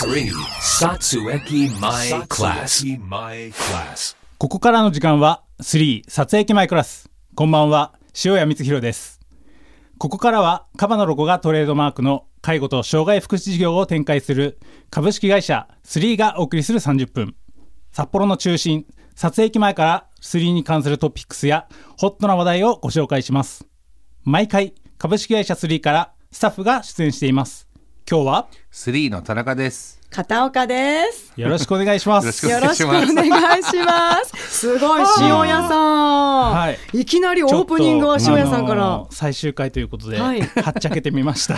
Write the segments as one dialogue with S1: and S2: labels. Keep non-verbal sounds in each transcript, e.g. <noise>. S1: Three Satsueki My Class. My Class.
S2: ここからの時間は3撮影機前クラス。こんばんは、塩谷光弘です。ここからは、カバのロゴがトレードマークの介護と障害福祉事業を展開する株式会社3がお送りする30分。札幌の中心、撮影機前から3に関するトピックスやホットな話題をご紹介します。毎回、株式会社3からスタッフが出演しています。今日は
S3: 3の田中です。
S4: 片岡です。
S2: よろしくお願いしま
S3: よろし
S2: す。
S3: くお
S4: よ
S3: 願
S4: ろ
S3: いし
S4: しくお
S3: ます
S4: 願いします。
S2: <laughs>
S4: すごい塩屋さん、
S2: はい
S4: い。きなりオ
S2: ちょっと
S4: ープニングは塩屋さんか
S2: あ
S4: ら
S2: の。ー最終回ということで、
S4: はい
S2: はっちゃけてみま
S4: <laughs>
S2: した。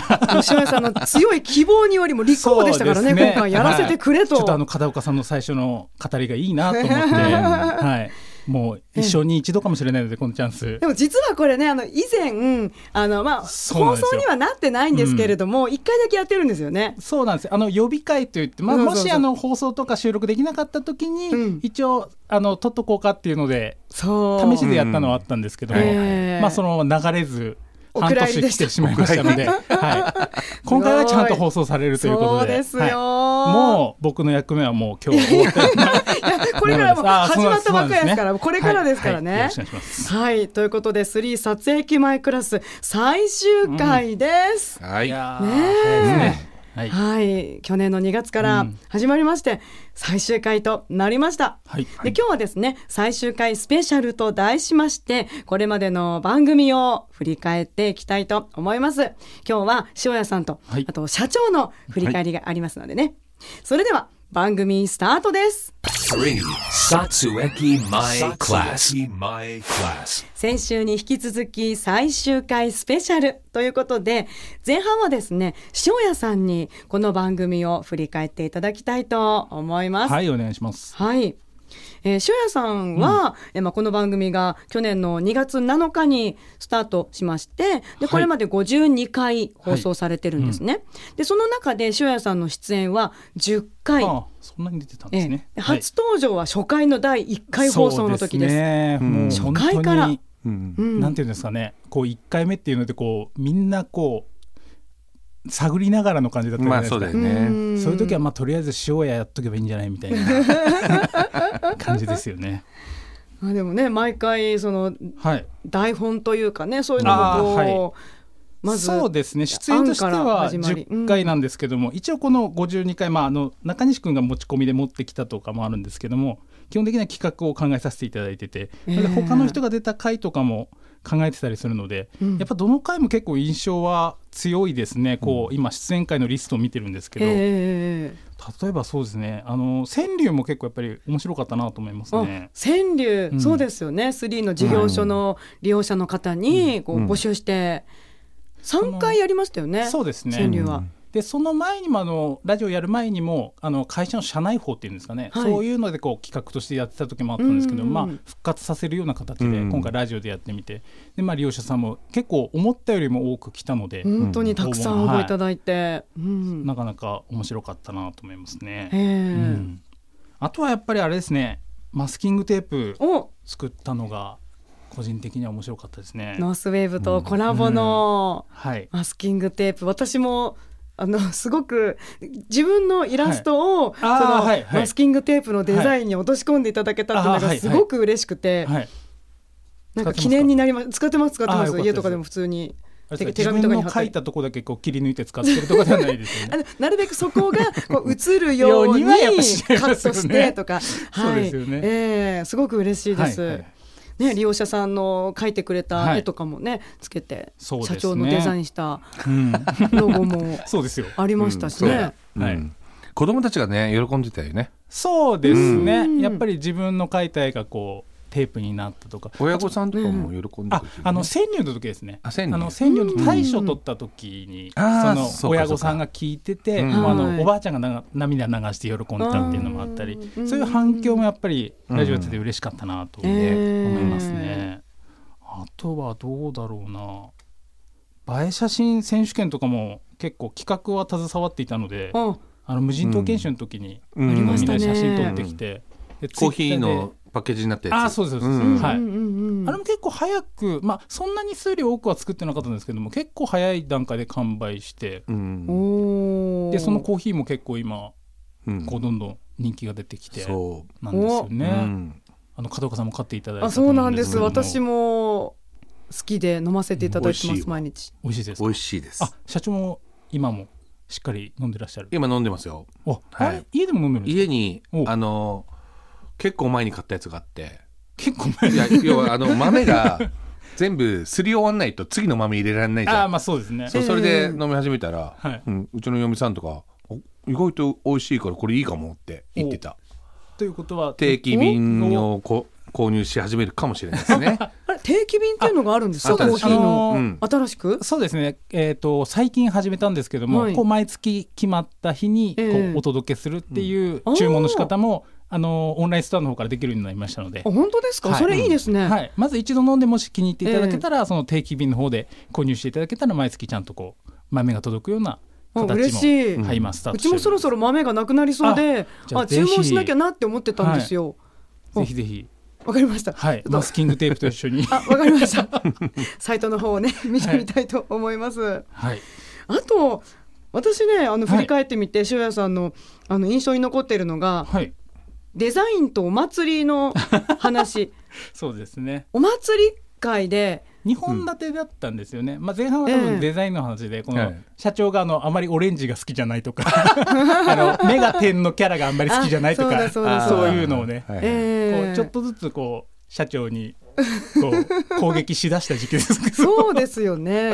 S4: 塩屋さんの強い希望によりも立候補でしたからね
S2: そうです
S4: 今回やらせてくれ
S2: はいちょ
S4: と。
S2: っとあの片岡さんの最初の語りがいいなと
S4: <laughs>
S2: 思って、はい、もう一生に一度かもしれないのでこのチャンス
S4: でも実はこれねあの以前あのまあ
S2: そうなん
S4: 放
S2: ですよ
S4: 送にはなってないんですけれども一、回だけやってるんですよね。
S2: そうなんですよあの予備会といって、まあ、
S4: そうそう
S2: も
S4: そう
S2: しあの放送とか収録できなかった時に、
S4: うん
S2: 一応あの撮っとこうかっていうので
S4: そう。
S2: 試しでやったのはあったんですけども、
S3: うん
S4: ええ
S2: まあ、そのまま流れず
S4: お
S2: 半
S4: 蔵入
S2: 年
S4: りで
S2: 来
S4: した
S2: てしまいましたので、はい、今回はちゃんと放送されるということで
S4: そうですよ
S2: はいもう僕の役目はもう今日終わって
S4: <laughs> これからもう
S2: あー
S4: 始まったばっかりですから、
S2: そうなんね
S4: これからですからね。
S2: はいはいよろしくお願いします
S4: はい、ということで、3撮影機前クラス最終回です。
S3: はい。
S2: い
S3: は
S2: やー早いですねはい
S4: はい、去年の2月から始まりまして、最終回となりました。
S2: はい
S4: で今日はですね最終回スペシャルと題しましてこれまでの番組を振り返っていきたいと思います今日は塩谷さんと、
S2: はい
S4: あと社長の振り返りがありますのでね、それでは番組スタートです
S1: Three Satsueki My Class. My Class.
S4: 先週に引き続き最終回スペシャルということで前半はですね塩谷さんにこの番組を振り返っていただきたいと思います。はい、
S2: はいお願いします
S4: えー塩谷さんは、えーまあ、この番組が去年の2月7日にスタートしましてでこれまで52回放送されてるんですね。でその中で塩谷さんの出演は10回、
S2: ああそんなに出てたんで
S4: え
S2: す
S4: ー
S2: ね、はい
S4: 初登場は初回の第1回放送の時です。
S2: そうねもう
S4: 初
S2: 本当に
S4: 回から
S3: うん。
S4: うん
S2: なんていうんですかねこう一回目っていうのでこうみんなこう探りながらの感じだったじゃ
S3: ま
S2: ない
S3: あ
S2: です
S3: そ
S2: か、
S3: うだよ
S4: う
S3: ね。
S4: ん
S2: そういう時はまあとりあえず塩屋やっとけばいいんじゃないみたいな
S4: <laughs>
S2: 感じですよね
S4: あでもね毎回その
S2: はい
S4: 台本というかねそういうの
S2: あー
S4: をこうまず
S2: そうですね出演として
S4: 案から
S2: は
S4: 始まり
S2: 10回なんですけども、一応この52回、まあ、あの中西君が持ち込みで持ってきたとかもあるんですけども基本的には企画を考えさせていただいてて、
S4: ええ
S2: なので他の人が出た回とかも考えてたりするので、
S4: うん
S2: やっぱどの回も結構印象は強いですねこう今出演回のリストを見てるんですけど、
S4: ええ
S2: 例えばそうですねあの川柳も結構やっぱり面白かったなと思います
S4: あ
S2: ね。
S4: 川柳、
S2: うん
S4: そうですよね3の事業所の利用者の方にこう募集して3回やりましたよね、
S2: そうですね
S4: 川柳は、
S2: でその前にもあのラジオやる前にもあの会社の社内法っていうんですかね、
S4: はい
S2: そういうのでこう企画としてやってた時もあったんですけど、
S4: うんうん
S2: まあ、復活させるような形で
S3: うんうん
S2: 今回ラジオでやってみて、でまあ、利用者さんも結構思ったよりも多く来たので、
S4: 本当にたくさん応募いただいて、うん
S2: なかなか面白かったなと思いますね。
S4: ええ
S2: うんあとはやっぱりあれですねマスキングテープ
S4: お
S2: 作ったのが個人的には面白かったですね。
S4: ノースウェーブとコラボの、
S2: はい、
S4: マスキングテープ私もあのすごく自分のイラストを、
S2: あー
S4: その
S2: はいはい
S4: マスキングテープのデザインに落とし込んでいただけたっていうの
S2: あーは
S4: が
S2: い
S4: すごく嬉しくて、
S2: はい、
S4: なんか
S2: 使ってますか
S4: 記念になります使ってます使ってま
S2: あーよ
S4: す
S2: かったです
S4: 家とかでも普通に
S2: あれですか
S4: 手
S2: 自
S4: 紙とかに貼
S2: 分
S4: って
S2: の書いたとこだけこう切り抜いて使ってるとかではないですよね
S4: あ。のなるべくそこが
S2: <laughs>
S4: こう映るように
S2: ようには
S4: カ
S2: やっぱしちゃいますよね
S4: ットしてとか、
S2: <laughs> そう
S4: は
S2: で
S4: い
S2: すよね
S4: ええすごく嬉しい <laughs> です、
S2: はいはい
S4: ね、利用者さんの描いてくれた
S2: は
S4: 絵
S2: い
S4: とかもねつけて、
S2: そうです
S4: 社
S2: ね
S4: 長のデザイ
S2: <laughs>
S4: ンした
S2: うん、
S4: ロゴも
S2: そうですよ。
S4: ありましたし
S3: うん
S4: ね。
S3: うん
S2: はい
S3: 子供たちがね喜んでたよね。
S2: そうですね、
S4: うん
S2: やっぱり自分の描いた絵がこうテープになったとか
S3: 親御さんとかも喜んでくれて
S2: あ
S3: るよね
S2: あの川柳の時ですね
S3: あ川柳
S2: の川柳の大賞取った時に、
S3: うんあーそうか
S2: そ
S3: そう
S2: の
S3: か
S2: 親御さんが聞いてて、
S3: うん
S2: もうあ
S4: はい
S2: のおばあちゃんがな涙流して喜んでたっていうのもあったり、
S4: うん
S2: そういう反響もやっぱりラジオやってて嬉しかったなと思いますね、あとはどうだろうな映え写真選手権とかも結構企画は携わっていたので、
S4: えーあ
S2: あの無人島研修の時に、
S3: うん
S4: あり
S2: みん
S4: ま
S2: な
S4: した
S2: で
S4: ね
S2: 写真撮ってきて、で
S3: コーヒー
S2: Twitter で
S3: のパッケージになったやつ。
S2: あそうですそうです、
S3: うん
S2: はい、
S4: うんうんうん
S2: あれも結構早くまあそんなに数量多くは作ってなかったんですけども結構早い段階で完売して
S3: うん。
S4: おー
S2: でそのコーヒーも結構今
S5: うん
S2: こうどんどん人気が出てきて
S5: そ
S2: なんですよ
S5: う、
S2: ね、
S5: うん、
S2: あの片岡さんも買っていただいた
S4: あ
S2: と
S4: そう
S2: 思
S4: なんです
S2: けども
S4: 私も好きで飲ませていただいて
S5: うん美
S4: ま
S5: 味し
S4: す
S5: いわ
S4: 毎日
S2: 美味しいです
S5: 美
S2: か
S5: 味しいです
S2: あ社長も今もしっかり飲んでらっしゃる
S5: 今飲んでますよ
S2: あ、
S5: はい
S2: あれ家でも飲めるんですか
S5: 家に
S2: お
S5: あの結構前に買ったやつがあって
S2: 結構前
S5: いや要はあの豆が全部すり終わんないと次の豆入れられないじ
S2: あ
S5: ゃ
S2: あ
S5: ん
S2: まあそうですね
S5: そうそれで飲み始めたら、
S2: はい
S5: うん、うちの嫁さんとかお意外と美味しいからこれいいかもって言ってた
S2: ということは
S5: 定期便をこ購入し始めるかもしれないですね
S4: あれ定期便っていうのがあるんですか
S5: あ
S4: コ
S5: そう
S4: ー
S5: です
S4: ヒー
S2: あ
S4: の
S2: のー
S5: うん
S4: 新しく
S2: そうですね、えー、と最近始めたんですけども、
S4: はい
S2: こう毎月決まった日にこう
S4: ええ
S2: お届けするっていう
S4: うん
S2: 注文の仕方も、あのオンラインストアの方からできるようになりましたので
S4: あ、本当ですか
S2: はい
S4: それいいですね
S2: はい、まず一度飲んでもし気に入っていただけたら、その定期便の方で購入していただけたら毎月ちゃんとこう豆が届くような
S4: あ
S2: 形も
S4: 嬉しい
S2: はい今スター
S4: う
S2: トしており
S4: ちも
S2: ます
S4: そろそろ豆がなくなりそう
S2: あ
S4: で
S2: じゃあ
S4: あ注
S2: ぜ
S4: 文
S2: ひ
S4: しなきゃなって思ってたんですよろ
S2: ぜひぜひ、
S4: わかりました <laughs>
S2: はい、
S4: ちょっと
S2: マスキングテープと一緒に
S4: あわかりました <laughs> サイトの方をね見てみたいと思います、
S2: はい
S4: あと私ねあの
S2: はい
S4: 振り返ってみて、塩谷さんのあの印象に残っているのが
S2: はい
S4: デザインとお祭り
S2: <laughs>
S4: の話
S2: そうですね
S4: お祭り会で
S2: 2本立てだったんですよね、まあ、前半は多
S4: ええ
S2: 分デザインの話で、こ
S5: は
S2: の
S5: い
S2: 社長があのあまりオレンジが好きじゃないとか <laughs> あの目が点のキャラがあんまり好きじゃないと
S4: あ
S2: か
S4: そう
S2: そう
S4: だ
S5: あー
S4: そうだ
S2: いうのをね、
S5: はい
S4: え
S2: こ
S4: え
S2: うちょっとずつこう社長にこう攻撃しだした時期ですけど。
S4: そうですよね、え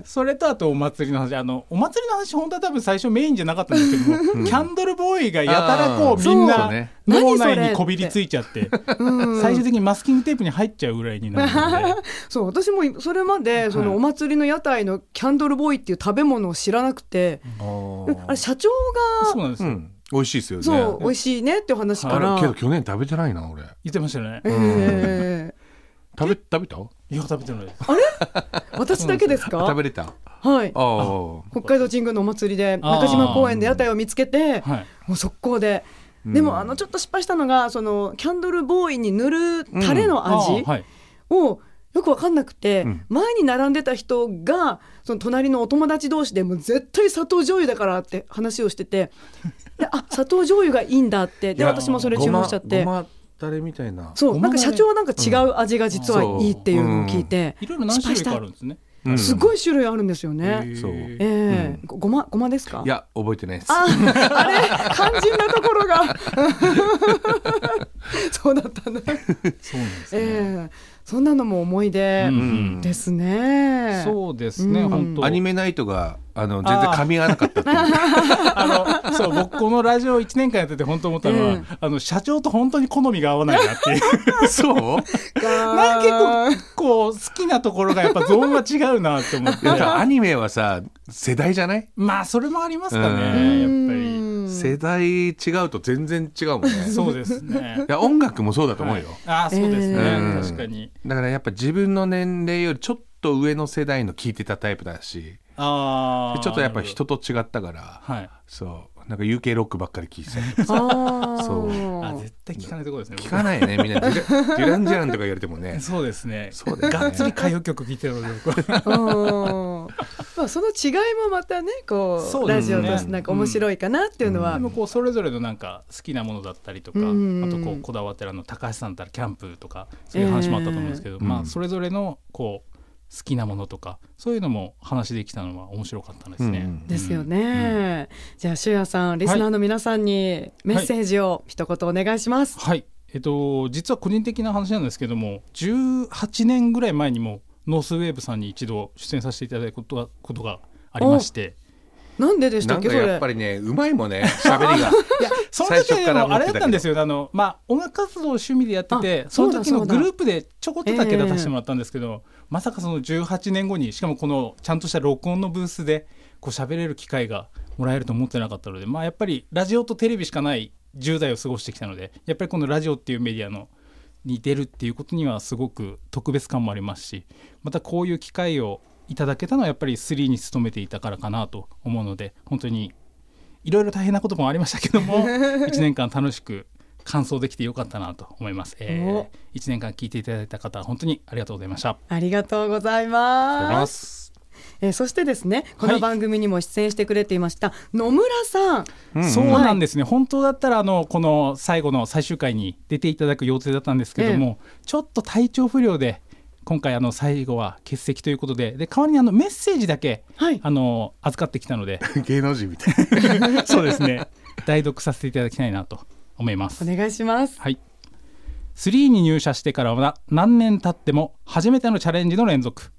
S4: え
S2: それとあとお祭りの話あのお祭りの話本当は多分最初メインじゃなかったんですけども、キャンドルボーイがやたらこ
S5: あー
S2: うみん
S5: そ
S2: な
S5: うね
S2: 脳
S4: 何それ
S2: 内にこびりついちゃって
S4: うん
S2: 最終的にマスキングテープに入っちゃうぐらいになるので
S4: <laughs> そう私もそれまでそ
S2: は
S4: の
S2: い
S4: お祭りの屋台のキャンドルボーイっていう食べ物を知らなくて、あれ社長
S2: そうなんです
S5: う
S2: よ、
S5: ん、美味しいですよ
S4: が
S5: ね
S4: そう美味しいねっていう話か
S5: あ
S4: ら
S5: れけど去年食べてないな俺
S2: 言ってましたよね
S4: ええ
S5: 食べ食べた
S2: いや食べてないです
S4: 私だけですか
S5: 食べれたあ
S4: はい
S5: あー
S4: 北海道神宮のお祭りで
S2: あー
S4: 中島公園で屋台を見つけて
S2: はい
S4: もう速攻で。でもあのちょっと失敗したのがそのキャンドルボーイに塗るタレの
S2: あ
S4: 味
S2: ーはい、
S4: をよく分かんなくて、
S5: うん
S4: 前に並んでた人がその隣のお友達同士でもう絶対砂糖醤油だからって話をしててであ砂糖醤油がいいんだってで
S5: いや
S4: 私もそれ注文しちゃっ
S5: ご
S4: て
S5: まごまだれみたいな
S4: そう
S2: ごま
S4: なん
S2: だ
S4: か
S2: れ
S4: 社長はなんか違う味が実はいいっていうのを聞いて、
S2: いろいろ何種類かあるんです
S5: うん
S2: ね。
S4: すごい種類あるんですよ
S2: へ
S4: ね。
S2: ー
S5: そう
S4: ええごごまごまですか
S5: いや覚えてないです
S4: ああれ肝心なところが <laughs> そうだったね、
S2: そうなんですね。
S4: ええそんなのも思い出
S2: うん
S4: ですね、
S2: そうですね、
S4: うん
S2: 本当。
S5: アニメナイトがあの全然噛み合わなかったっていう
S2: あの、そう、僕このラジオ一年間やってて、本当思ったのは、
S4: うん
S2: あの社長と本当に好みが合わないな
S4: <laughs>
S2: ってい
S5: <laughs>
S2: う。
S5: そう
S2: なんか
S4: 結
S2: 結構、こう好きなところがやっぱゾーンが違うなって思って
S5: なん。かアニメはさ世代じゃない、
S2: まあ、それもありますかね、やっぱり。
S5: 世代違うと全然違う
S2: <laughs>
S5: もんねい
S2: そうですね。
S5: や音楽もそうだと <laughs> 思うよ、
S2: はいあー、そうですね、
S5: うん
S2: 確かに。
S5: だからやっぱ自分の年齢よりちょっと上の世代の聞いてたタイプだし
S2: ああ。
S5: ちょっとやっぱ
S2: なるほ
S5: 人と違ったから
S2: ど。はい。
S5: そうなんか UK ロックばっかり聞いてたり
S4: あ
S5: そう
S2: あ、
S4: ー
S2: 絶対聞かないところですね。
S5: 聞
S2: 僕
S5: かないよねみんなデュ
S2: <laughs>
S5: ラデュランジャランとか言われてもね
S2: そうですね。
S5: そうだよね
S2: がっつり歌謡曲聴いてるので、僕は。
S4: うんまあその違いもまたねこう
S2: そう
S4: ラ
S2: です
S4: ジ
S2: ね
S4: オとしてなんか面白いかなっていうのは、
S2: でもこうそれぞれのなんか好きなものだったりとか、
S4: うん
S2: あとこうこだわってるあの高橋さんだったらキャンプとかそういう話もあったと思うんですけど、
S5: ええ
S2: ま
S5: う
S2: あ
S5: ん
S2: それぞれのこう好きなものとかそういうのも話できたのは面白かったですね。
S5: うん
S4: ですよね、じゃあ柊也さんリスナーの皆さんにメッセージを一言お願いします、
S2: はい、えっと、実は個人的な話なんですけども18年ぐらい前にもノースウェーブさんに一度出演させていただいたことがことがありまして
S4: なんででした
S5: な
S4: っ
S5: ん
S4: け
S5: か
S4: それ
S5: やっぱりねうまいもんね喋りが
S2: その時
S5: 最
S2: は
S5: 初
S2: で
S5: から
S2: も
S5: 思
S2: あ
S5: ってたけ
S2: れだ
S5: ど
S2: ったんですよあの、まあ、音楽活動を趣味でやってて
S4: あ
S2: その
S4: そうだ
S2: 時の
S4: そうだ
S2: グループでちょこっとだけ出させてもらったんですけど、まさかその18年後にしかもこのちゃんとした録音のブースでこう喋れる機会がもらえると思ってなかったので、まあ、やっぱりラジオとテレビしかない10代を過ごしてきたのでやっぱりこのラジオっていうメディアのに出るっていうことにはすごく特別感もありますしまたこういう機会をいただけたのはやっぱり3に勤めていたからかなと思うので本当にいろいろ大変なこともありましたけど
S4: <laughs>
S2: も一年間楽しく完走できてよかったなと思います、えー
S4: お、
S2: 1年間聞いていただいた方本当にありがとうございました
S4: ありがとうございま
S5: す
S4: すええーそしてですねこの番組にも出演してくれていました野村さん、
S2: そうなんですね、本当だったらあのこの最後の最終回に出ていただく予定だったんですけども、ちょっと体調不良で今回あの最後は欠席ということでで代わりにあのメッセージだけ、
S4: はい
S2: あの預かってきたの
S4: <laughs>
S2: で
S3: 芸能人みたい
S2: そうですね代読させていただきたいなと思います
S4: お。願いします。
S2: はい3に入社してからは何年経っても初めてのチャレンジの連続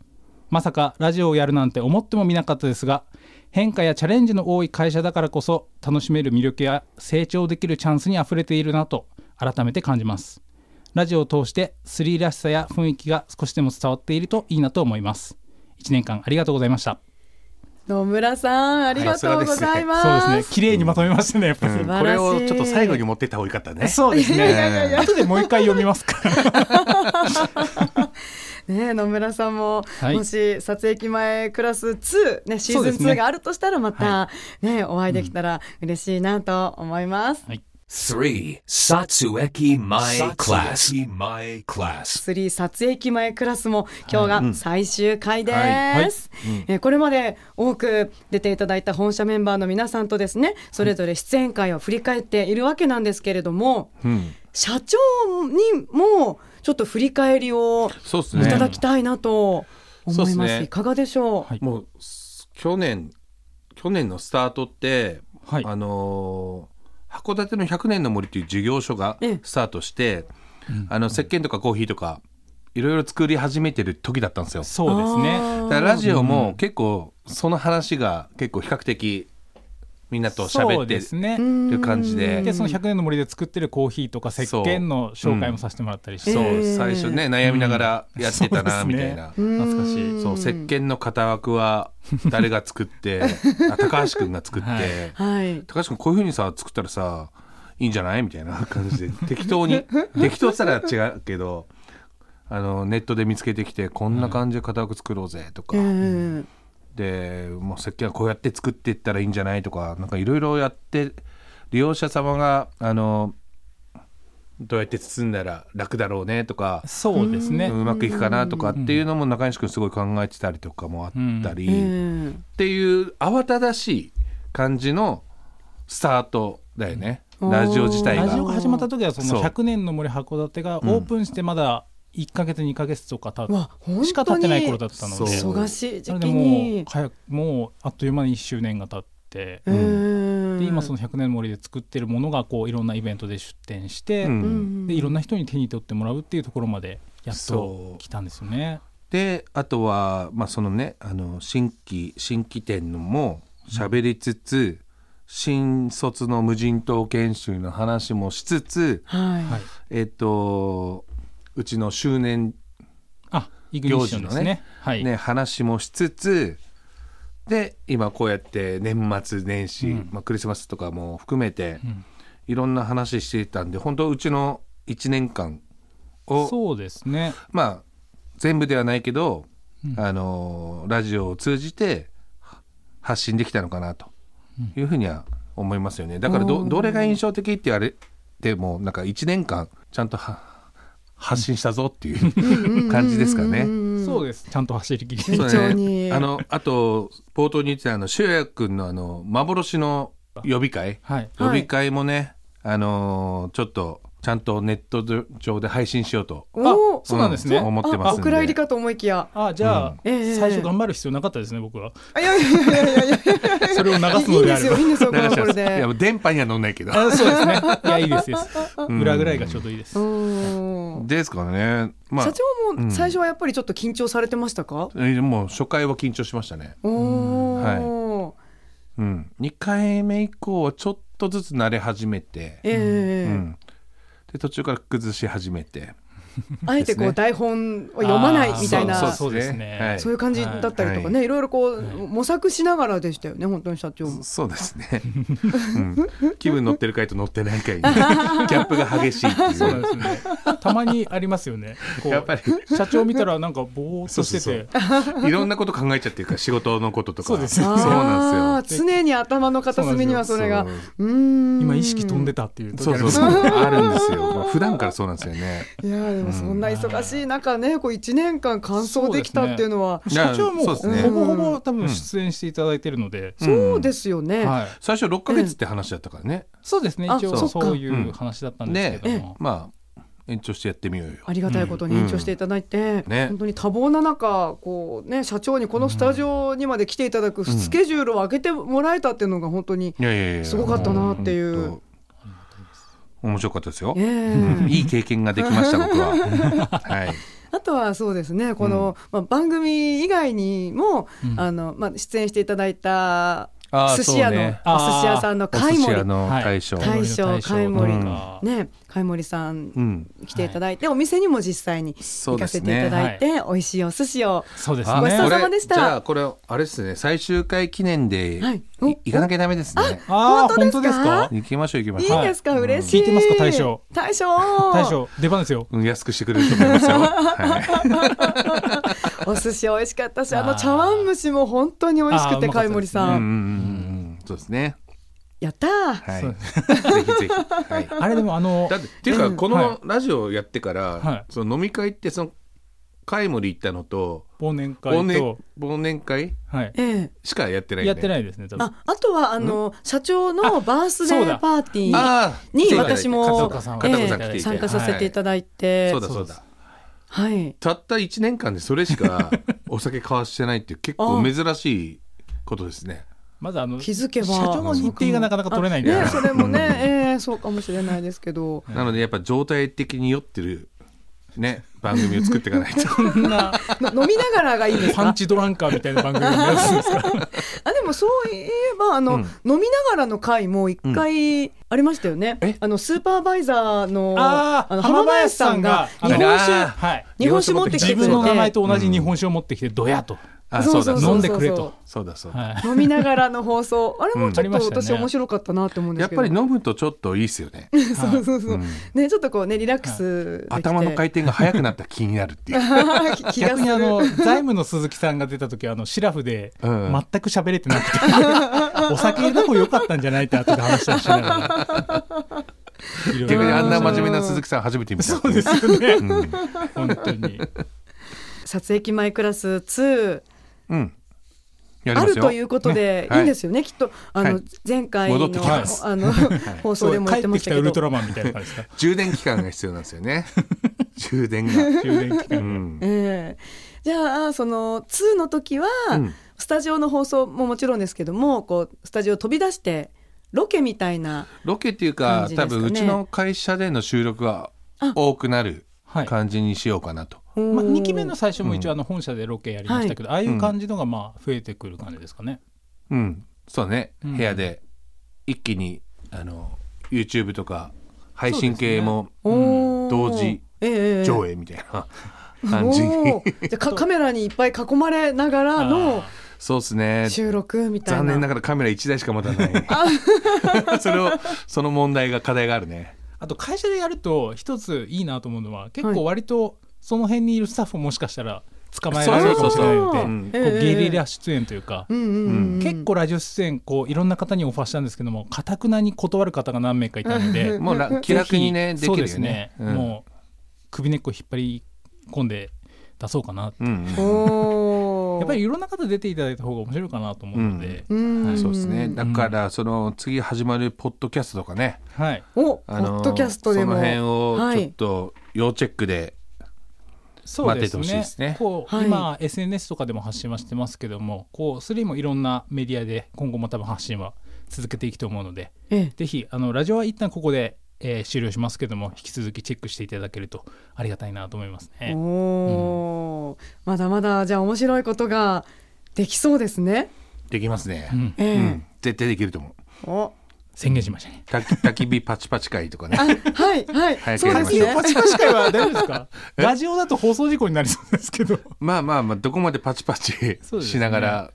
S2: まさかラジオをやるなんて思ってもみなかったですが変化やチャレンジの多い会社だからこそ楽しめる魅力や成長できるチャンスにあふれているなと改めて感じますラジオを通して3らしさや雰囲気が少しでも伝わっているといいなと思います1年間ありがとうございました
S4: 野村さんありがとうございま
S2: そうですね
S4: す。
S2: 綺麗にまとめましたねやっぱり、
S4: 晴らしい
S3: なこれをちょっと最後に持ってった方がよかったね
S2: そうです
S3: いやいやい
S2: ね
S3: や
S2: 後でもう一回読みますか
S4: ねえ野村さんも、
S2: はい
S4: もし撮影機前クラス2、ね、シー
S2: そう
S4: ズ
S2: で
S4: ン
S2: すね
S4: 2があるとしたらまた、ねお会いできたら嬉しいなと思います。
S1: 3. Satsueki My Class. My Class.
S4: 3撮影機前クラスも今日が最終回です、
S3: はい
S4: えーこれまで多く出ていただいた本社メンバーの皆さんとですねそれぞれ出演会を振り返っているわけなんですけれども、社長にもちょっと振り返りを
S5: そうです
S4: い
S5: ね
S4: ただきたいなと思い
S5: そ
S4: ま
S5: う
S4: す,、
S5: ですね
S4: いかがでしょう、
S2: はい
S5: もうす去年去年のスタートって、
S2: はい
S5: あのー函館の100年の森という事業所が
S4: ええ
S5: スタートして、あの石鹸とかコーヒーとかいろいろ作り始めてる時だったんですよ。
S2: そうですね
S5: だからラジオも結構その話が結構比較的みんなと
S2: そ
S5: 喋
S2: う
S5: って
S2: ですね
S5: る感じで
S2: でその100年の森で作ってるコーヒーとか石鹸の紹介もさせてもらったりして、
S5: そう
S4: ええ
S5: 最初ね悩みながらやってたな
S2: そう
S5: み
S2: です
S5: た
S2: ね
S5: いな。
S2: 懐かしい
S5: そう石鹸の型枠は誰が作って
S2: <laughs>
S5: あ高橋君が作って、
S2: はい
S4: はい
S5: 高橋君こういうふうにさ作ったらさいいんじゃないみたいな感じで適当に適当したら違うけどあのネットで見つけてきてこんな感じで型枠作ろうぜとか、
S4: うん
S5: でもう石鹸はこうやって作っていったらいいんじゃないとかなんかいろいろやって利用者様があのどうやって包んだら楽だろうねとか
S2: そうですね、
S5: うまくいくかなとかっていうのも中西君すごい考えてたりとかもあったり、
S4: うん
S5: っていう慌ただしい感じのスタートだよね、ラジオ自体
S2: ラジオ
S5: が
S2: が始まった時はそ
S5: そ
S2: の
S5: う
S2: 100年の森函館がオープンしてまだ1か月2か月とかた、
S4: うわ本当に
S2: しか経ってない頃だったので
S5: そう
S4: 忙しい
S2: なの
S4: 時
S2: で
S4: 期
S2: もう
S4: に
S2: 早くもうあっという間に1周年が経って、
S4: うん
S2: で今その100年の森で作ってるものがこういろんなイベントで出展して、
S5: うん
S4: うん
S2: でいろんな人に手に取ってもらうっていうところまでやっ
S5: そ
S2: と
S5: う
S2: 来たんですよね。
S5: であとは、まあ、そのねあの新規新規店のも喋りつつ、新卒の無人島研修の話もしつつ
S4: はい
S5: えっ、とうちの周年
S2: あイグニッションで
S5: 行事
S2: すね
S5: のね
S2: はい
S5: ね、話もしつつで今こうやって年末年始、まあ、クリスマスとかも含めて、いろんな話していたんで本当うちの1年間を
S2: そうですね
S5: まあ全部ではないけど、あのーラジオを通じては発信できたのかなというふうには思いますよねだからどどれが印象的って言われてもなんか1年間ちゃんとは発信したぞっていう感じですかね。
S2: そうですちゃんと走り切り
S5: そう
S4: 非常
S5: だ
S4: に
S5: ね、あのあと冒頭に言ってたあの修也君のあの幻の予備会、
S2: はい
S5: 予備会もね、あのーちょっとちゃんとネット上で配信しようと
S4: おー
S2: そうなんですね
S5: 思ってますん
S4: あ
S5: で
S4: お蔵入りかと思いきや。
S2: あじゃあ、
S4: ええ
S2: 最初頑張る必要なかったですね僕は
S4: あいやいやいやいやいや。
S2: <laughs> それを流す
S4: い
S2: の
S4: いん
S2: で
S4: で
S2: あ
S4: す
S2: れ
S4: よ
S2: ば
S4: いいんですよこ
S5: 流
S4: れ
S5: しちゃ
S4: はこ
S5: う
S4: れ
S5: いや
S4: で。
S5: 電波には乗んないけど
S2: あそうですねいやいいですいいです
S5: ん
S2: 裏ぐらいがちょうどいいです、
S4: うん
S5: ですからねまあ
S4: 社長も最初はやっぱりちょっと緊張されてましたか？
S5: えーもう初回は緊張しましたね、
S4: おおー。
S5: うん、2回目以降はちょっとずつ慣れ始めて、
S4: え
S5: う
S4: え
S5: ん、で途中から崩し始めて
S4: あえて
S5: です
S4: こう
S5: ね
S4: 台本を読まないみた
S2: あーそ
S4: い
S2: う
S4: な
S2: そうそうですね
S5: は
S4: そういう感じだったりとか
S5: は
S4: ねいろいろこう模索しながらでしたよね本当に社長も。
S5: そうですね、うん気分乗ってる回と乗ってない
S4: <laughs>
S5: 回にギャップが激しいっていう
S2: そうなんですねたまにありますよねこう
S5: やっぱり
S2: 社長見たらなんかぼーっとしてて
S5: そうそういろんなこと考えちゃってるから仕事のこととか
S2: そうですね
S5: そうなんですよ
S4: ですよ。常に頭の片隅にはそれが。
S5: そう
S4: うーん。
S2: 今意識飛んでたっていう時
S5: そ
S2: あ
S5: う
S2: り
S5: そう
S2: ます
S5: そうあるんですよ、まあ、普段からそうなんですよね
S4: いやでもそんな忙しい中ね、こう1年間完走できたっていうのは、
S2: 社長も
S5: そううですね
S2: ほぼほぼ多分出演していただいてるので、
S4: そうですよね。
S2: はい、
S5: 最初6ヶ月って話だったからね、
S2: そうですね
S4: あ
S2: 一応
S4: そ
S2: そ
S4: っ
S2: う
S4: か
S2: いう話だったんです
S5: で
S2: けども、
S5: まあ延長してやってみようよ
S4: ありがたいことに延長していただいて、
S5: うんね
S4: 本当に多忙な中こう、ね、社長にこのスタジオにまで来ていただくスケジュールを開けてもらえたっていうのが本当に、
S5: いやいやいや
S4: すごかったなっていう
S5: 本当面白かったですよ、
S4: ええ
S5: うんいい経験ができました
S4: <laughs>
S5: 僕ははい
S4: あとはそうですねこの、まあ、番組以外にも、
S2: うん
S4: あのまあ、出演していただいた
S5: あー
S4: 寿司屋の、
S5: そうね
S4: お寿司屋さんの
S5: お
S4: 貝
S5: 寿司屋
S4: 森
S5: の
S2: はい
S5: 大将、
S4: 大将
S2: 貝
S4: 貝
S5: 森
S2: が
S4: ね貝森さん
S5: うん
S4: 来ていただいて、お店にも実際に
S5: そ
S4: 行
S5: うで
S4: か
S5: す
S4: せていた
S5: ね
S4: だいて、美味しいお寿司を
S2: そうです
S5: あ
S4: ごちそう
S2: ね
S4: さまでした
S5: これじゃあこれあれですね最終回記念で、
S4: はいいお
S5: 行かなきゃダメですね
S2: あー
S4: 本当ですか
S5: 行きましょう行きま
S4: い
S5: し
S4: い
S5: ょう、
S4: ですか、嬉しい
S2: 聞いてますか大将
S4: 大将
S2: 大将出番ですよ
S5: うん安くしてくれると思いますよ、はい、
S4: お寿司美味しかったしあの
S2: あー
S4: 茶碗蒸しも本当に美味しく
S2: あーう
S4: て
S2: まかった
S4: 貝森
S5: うん
S4: さ
S5: うんうん
S4: ん
S5: うんそうですね
S4: やったー
S5: はい
S2: そう
S5: ぜひぜひ、はい、
S2: あれでもあの
S5: だってっていうか
S4: うん
S5: こ
S2: はい
S5: のラジオやってから、
S2: はい
S5: その飲み会ってその貝森行ったのと
S2: 忘年会
S5: 忘年
S2: と、
S5: 忘年会
S2: はい、
S4: え
S5: しかやってない、ね、
S2: やってないですね多分
S4: ああとはあの社長のバースデ
S2: そう
S4: ー
S2: だ
S4: パーティー
S5: あー
S4: に
S5: 来ていただいて
S4: 私も
S2: 片岡さんは
S4: え
S5: 片岡さん来ていただいて
S4: え参加させていただい
S5: はい
S4: て
S5: そうだそうだ
S4: はい
S5: たった1年間でそれしかお酒交わしてないっていう結構珍しいことですね
S2: まずあの
S4: 気づけば
S2: 社長の日程がなかなか取れないんで、
S4: ねそれもね
S2: <laughs>
S4: ええそうかもしれないですけど
S5: なのでやっぱ状態的に酔ってるね番組を作っていか
S4: <laughs>
S5: ないと
S2: そんな
S4: の飲みながらがいいです
S2: パン
S4: か
S2: チドランカーみたいな番組を目指すん
S4: <laughs>
S2: ですか
S4: あでもそういえばあの、
S5: うん
S4: 飲みながらの回も一回ありましたよね、
S5: え
S4: あのスーパーバイザーの
S2: あー
S4: の浜林さんが
S2: 浜
S4: 日
S2: 林
S5: さんが
S4: 本
S5: あ
S4: 酒
S2: はい
S4: 日本酒持ってき
S2: 自
S4: てくれ
S2: 分の名前
S4: て
S2: と同じ日本酒を持ってきてドヤと、
S5: あ
S4: そ
S5: そうう
S4: そう
S5: だ
S4: そう
S5: そう
S2: 飲ん
S5: だ
S2: でくれと
S5: そうだそうだ、
S2: はい、
S4: 飲みながらの放送あれもちょっ
S2: う
S4: と
S2: んありまし
S4: 私
S2: たね
S4: 面白かったなって思うんで
S5: やっ
S4: すけ
S5: ぱ
S4: ど、 <laughs>
S5: り飲むとちょっといいですよね
S4: そうそうそう、ねちょっとこうねリラックスできて
S5: 頭の回転が速くなったら気になる
S4: <laughs>
S5: っていう
S4: 気気が
S2: 逆
S4: す
S2: に
S4: る
S2: あの財務の鈴木さんが出た時はあのシラフで
S5: う
S2: 全
S5: ん
S2: く喋れてなくて、 <laughs> お酒入れた方が良かったんじゃないって後で話したりしながらいろい
S5: <laughs>
S2: ろ
S5: 逆にあんな真面目な鈴木さん初めて見たそうです
S2: 本当に
S4: 撮影機前クラス2
S5: うんやり
S4: あ
S5: ま
S4: る
S5: すよ
S4: ということで、
S5: ね
S4: いいんですよね、きっとあの、
S5: はい
S4: 前回
S5: 戻
S4: の
S5: って
S2: きます
S4: あの、放送でも
S2: 帰
S4: 言っ
S2: って
S4: ま
S2: て
S4: し
S2: き
S4: た
S2: た
S4: け
S2: ウ
S4: ど
S2: ルトラマンみたいな感じですか
S5: 充電期間が必要なんですよ
S4: <laughs>
S5: ね充電が
S2: 充電期間
S5: うん
S4: ええじゃあその2の時は、
S5: ん
S4: スタジオの放送ももちろんですけどもこうスタジオを飛び出してロケみたいな
S5: ロケっていうか
S4: 感じです
S5: 多
S4: かね
S5: 分うちの会社での収録が多くなる
S2: はい
S5: 感じにしようかなと、
S2: まあ、
S4: おー
S2: 2期目の最初も一応あの本社でロケやりましたけど、ああいう感じのがまあ増えてくる感じですかね。
S5: うんそうね、
S2: うん
S5: 部屋で一気にあの YouTube とか配信系も
S4: おー
S5: 同時
S4: ええええ
S5: 上映みたいな感じに、
S4: おーじゃあか <laughs> カメラにいっぱい囲まれながらの
S2: あ
S5: そうですね
S4: 収録みたいな
S5: 残念ながらカメラ1台しか持たない <laughs> それをその問題が課題があるね
S2: ーあと会社でやると一ついいなと思うのは結構割とその辺にいるスタッフももしかしたら捕まえられるかもしれないので
S4: そうそうそううん
S2: こうゲリラ出演というか、
S4: うんうんうん
S2: 結構ラジオ出演こういろんな方にオファーしたんですけどもかたくなに断る方が何名かいたので <laughs>
S5: もうら気楽にねでき
S2: ぜひそう
S5: る
S2: で
S5: よ
S2: す
S5: ね
S2: ね、
S5: うん
S2: もう首根っこ引っ張り込んで出そうかなって、
S5: うんうん
S4: おー
S2: やっぱりいろんな方出ていただいた方が面白いかなと思うので、
S4: うん
S5: そうですね。だから、その次始まるポッドキャストとかね。
S2: はい
S4: お、
S5: あの
S4: ポッドキャストでも
S5: その辺を
S4: は
S5: ちょっ
S4: い、
S5: と要チェックで。
S2: そう
S5: 待っ
S2: ですね
S5: ててほしいですね
S2: こう
S4: はい
S2: 今 SNS とかでも発信はしてますけどもこうスリーもいろんなメディアで今後も多分発信は続けていくと思うので
S4: ええ
S2: ぜひあのラジオは一旦ここで、えー終了しますけども引き続きチェックしていただけるとありがたいなと思いますね。
S4: おーまだまだじゃあ面白いことができそうですね。
S5: できますね
S2: う。ん、
S4: ええ
S5: うん、絶対できると思う。
S4: お
S2: 宣言しましたね。
S5: たき、焚き火パチパチ会とかね
S4: あ。はいはい、
S5: 早く
S4: そう
S5: やり
S4: で
S5: まし
S4: す
S5: ょう
S2: <laughs>
S4: ね。
S2: チパチ会は大丈夫ですか <laughs> ラジオだと放送事故になりそうですけど
S5: まあまあまあ、どこまでパチパチ
S2: そうですね
S5: しながら。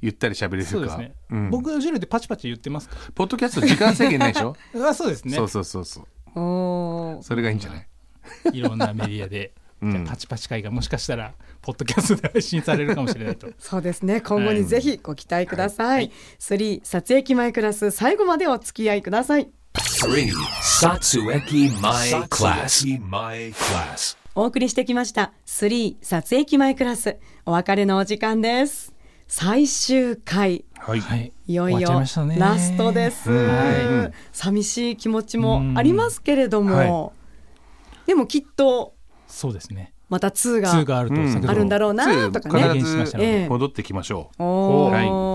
S5: ゆったり喋れ
S2: そう
S5: る
S2: です
S5: か
S2: ね、。
S5: うん
S2: 僕後ろでパチパチ言ってますか
S5: ポッドキャスト時間制限ないでし
S4: <laughs>
S5: ょ
S2: あそうですね
S5: そうそうそうそう。
S4: おー
S5: それがいいんじゃない。
S2: いろんなメディア <laughs> で、
S5: うん
S2: じゃあパチパチ会がもしかしたらポッドキャストで配信されるかもしれないと
S4: そうですね今後にぜひご期待ください、
S2: はい
S4: 3撮影機前クラス最後までお付き合いください
S1: Three Satsueki My Class. My Class.
S4: お送りしてきました3撮影前クラスお別れのお時間です最終回
S3: はい、
S2: はい。
S4: いよい
S2: 終わっちゃい
S4: よ
S2: ましたね
S4: ラストです、寂しい気持ちもありますけれども、でもきっと
S2: そうですね。
S4: また2が
S2: 2があると、
S3: うん
S2: 先ほど
S4: あるんだろうなとかね
S3: 必
S2: 明言しまし
S3: ず
S2: た
S4: ええ
S3: 戻ってきましょう、
S4: お
S3: はい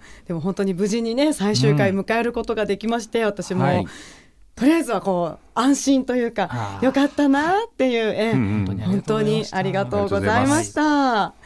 S4: ーでも本当に無事にね最終回
S2: うん
S4: 迎えることができまして、私も、
S2: はい
S4: とりあえずはこう安心というか
S2: あー
S4: よかったなっていう、ええ
S3: うんうん
S4: 本当にありがとうございました。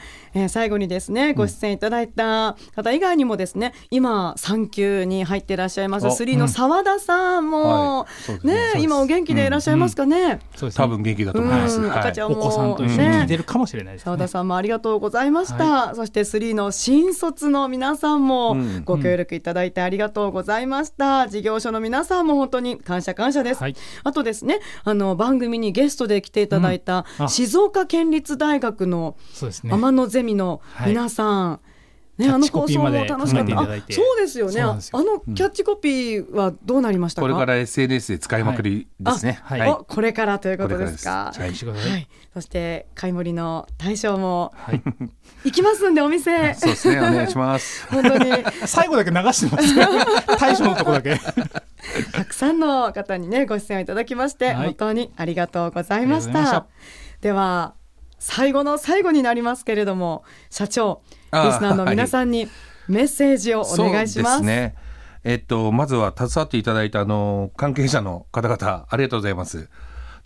S4: えー最後にですねご出演いただいた方以外にもですね、今産休に入っていらっしゃいます
S3: あ
S4: 3の澤田さんも、
S3: はいそうです
S4: ね
S3: ね
S2: です
S4: 今お元気でいらっしゃいますかね。
S2: そうですね
S3: 多分元気だと
S4: うん
S3: 思います、は
S4: 赤
S3: い
S4: ちゃん
S2: お
S4: も、ね、
S2: 子さんと一緒に聞いてるかもしれないです
S4: 澤
S2: ね
S4: 田。さんもありがとうございました、そして3の新卒の皆さんも
S3: ん
S4: ご協力いただいてありがとうございました、事業所の皆さんも本当に感謝感謝です、
S2: はい
S4: あとですねあの番組にゲストで来ていただいた
S2: うんあ
S4: 静岡県立大学の
S2: そうですね。
S4: 天野ゼミの皆さん、ね、
S2: キャ
S4: あ
S2: ッ
S4: の
S2: チコ
S4: 放
S2: ピー
S4: 送
S2: ま
S4: も
S2: で
S4: 楽しか
S2: 考え
S4: っ
S2: てい
S4: た。
S2: た
S4: あ
S2: だい、て
S4: そうですよね。
S2: そう
S4: あ
S2: なんですよ
S4: のキャッチコピーはどうなりましたか。
S5: これから SNS で使いまくりですね。
S2: はい
S4: おこれからということですか。
S2: チェックしてください
S4: はい、そして買い盛りの大将も、 <laughs> 行きますんでお店
S5: そうですね、お願いします。
S4: 本当に
S2: 最後だけ流してますね。
S4: <laughs>
S2: 大将のとこだけ。あ
S4: たくさんの方にねご出演をいただきまして、
S2: はい
S4: 本当にありがとうございまし
S2: ありがとうござい
S4: た
S2: ま
S4: では最後の最後になりますけれども社長リ
S5: あー
S4: スナーの皆さんにメッセージをお願いしま
S5: そうですすね。えっと、まずは携わっていただいたあの関係者の方々、ありがとうございます。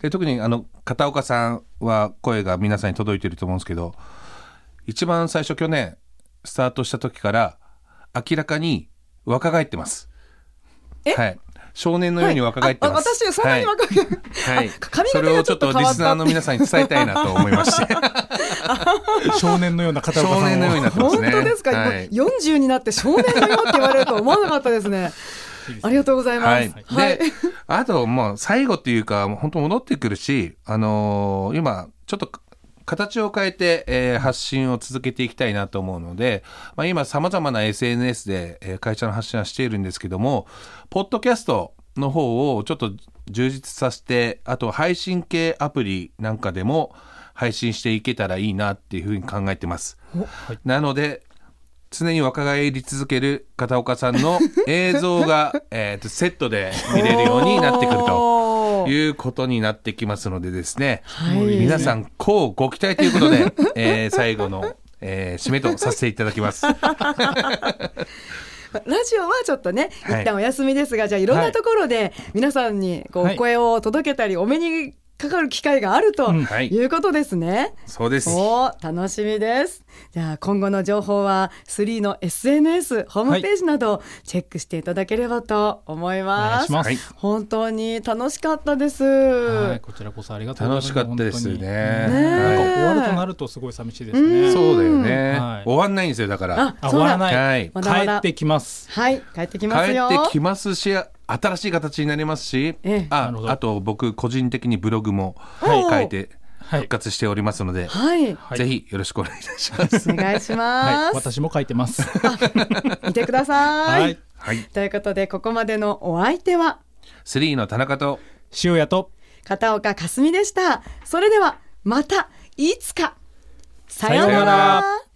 S5: で特にあの片岡さんは声が皆さんに届いてると思うんですけど、一番最初去年スタートした時から明らかに若返ってます。
S4: え
S5: はい。少年のように若返ってます。
S4: あ私そんなに若返っ
S5: はい。
S4: あ髪
S5: そ
S4: 型
S5: れを
S4: がち
S5: ち
S4: ょ
S5: ょ
S4: っ
S5: っ
S4: と
S5: と
S4: 変
S5: リ
S4: わっ
S5: スナ
S4: た
S5: ーの皆さんに伝えたいなと思いま
S4: <laughs>
S5: して、
S2: 少年のような片岡さん
S5: 少
S2: を
S5: 年のようになってます
S4: 本
S5: ね。
S4: 当ですか、
S5: はい
S4: もう40になって少年のよって言われると思わなかったですねありがとうございま
S5: は
S4: す
S5: い。
S4: はい、
S5: で、あともう最後っていうか、もう本当戻ってくるし、あのー今、ちょっと形を変えて、えー発信を続けていきたいなと思うので、まあ、今、様々な SNS で、えー会社の発信はしているんですけども、ポッドキャストの方をちょっと充実させて、あと配信系アプリなんかでも配信していけたらいいなっていうふうに考えてます。なので、常に若返り続ける片岡さん
S4: <laughs>
S5: の映像が、えーとセットで見れるようになってくる
S4: お
S5: と
S4: ー
S5: いうことになってきますのでですね、
S4: はい
S5: 皆さん、こうご期待ということで、えー最後の、えー締めとさせていただきます。
S4: ラジオはちょっとね、
S5: はい
S4: 一旦お休みですが、じゃあいろんなところで皆さんにこう、
S2: はい
S4: お声を届けたり、お目にかかる機会があると
S2: うん
S5: はい
S4: いうことですね。
S5: そうです。
S4: おー楽しみです。じゃあ今後の情報は3の SNS ホームページなどチェックしていただければと思い
S2: お願
S4: ま
S2: い
S4: す。
S2: します。
S4: 本当に楽しかったです。
S2: はい、こちらこそありがとう
S5: 楽
S2: ございます。
S5: しかったですね。
S2: 本
S4: ね
S2: 当に。なん
S5: は
S2: か終わるとなるとすごい寂しいですね。
S5: い、そうだよ
S2: は
S5: ね
S2: い。
S5: 終わんないんですよ、だから。
S2: あ終わらない。
S5: はい
S4: まだまだ
S2: 帰ってきます。
S4: はい、帰ってき
S5: 帰
S4: ますよ。
S5: ってきますし、新しい形になりますし、
S4: ええ
S5: あ
S2: なるほど
S5: あと僕個人的にブログも
S4: はい
S5: 書いて
S2: はい
S5: 復活しておりますので、
S4: はい、
S2: い
S5: ぜひよろしくお願いいたします。
S4: お願いしま
S2: はい、
S4: す。
S2: 私も書いて
S4: <laughs>
S2: ます。
S4: 見てくださ
S2: はいい。
S5: はい、
S4: ということでここまでのお相手は
S5: スリーの田中と
S2: 塩屋と
S4: 片岡かすみでしたそれではまたいつかさよう
S2: さよ
S4: な
S2: うな
S4: ら
S2: ら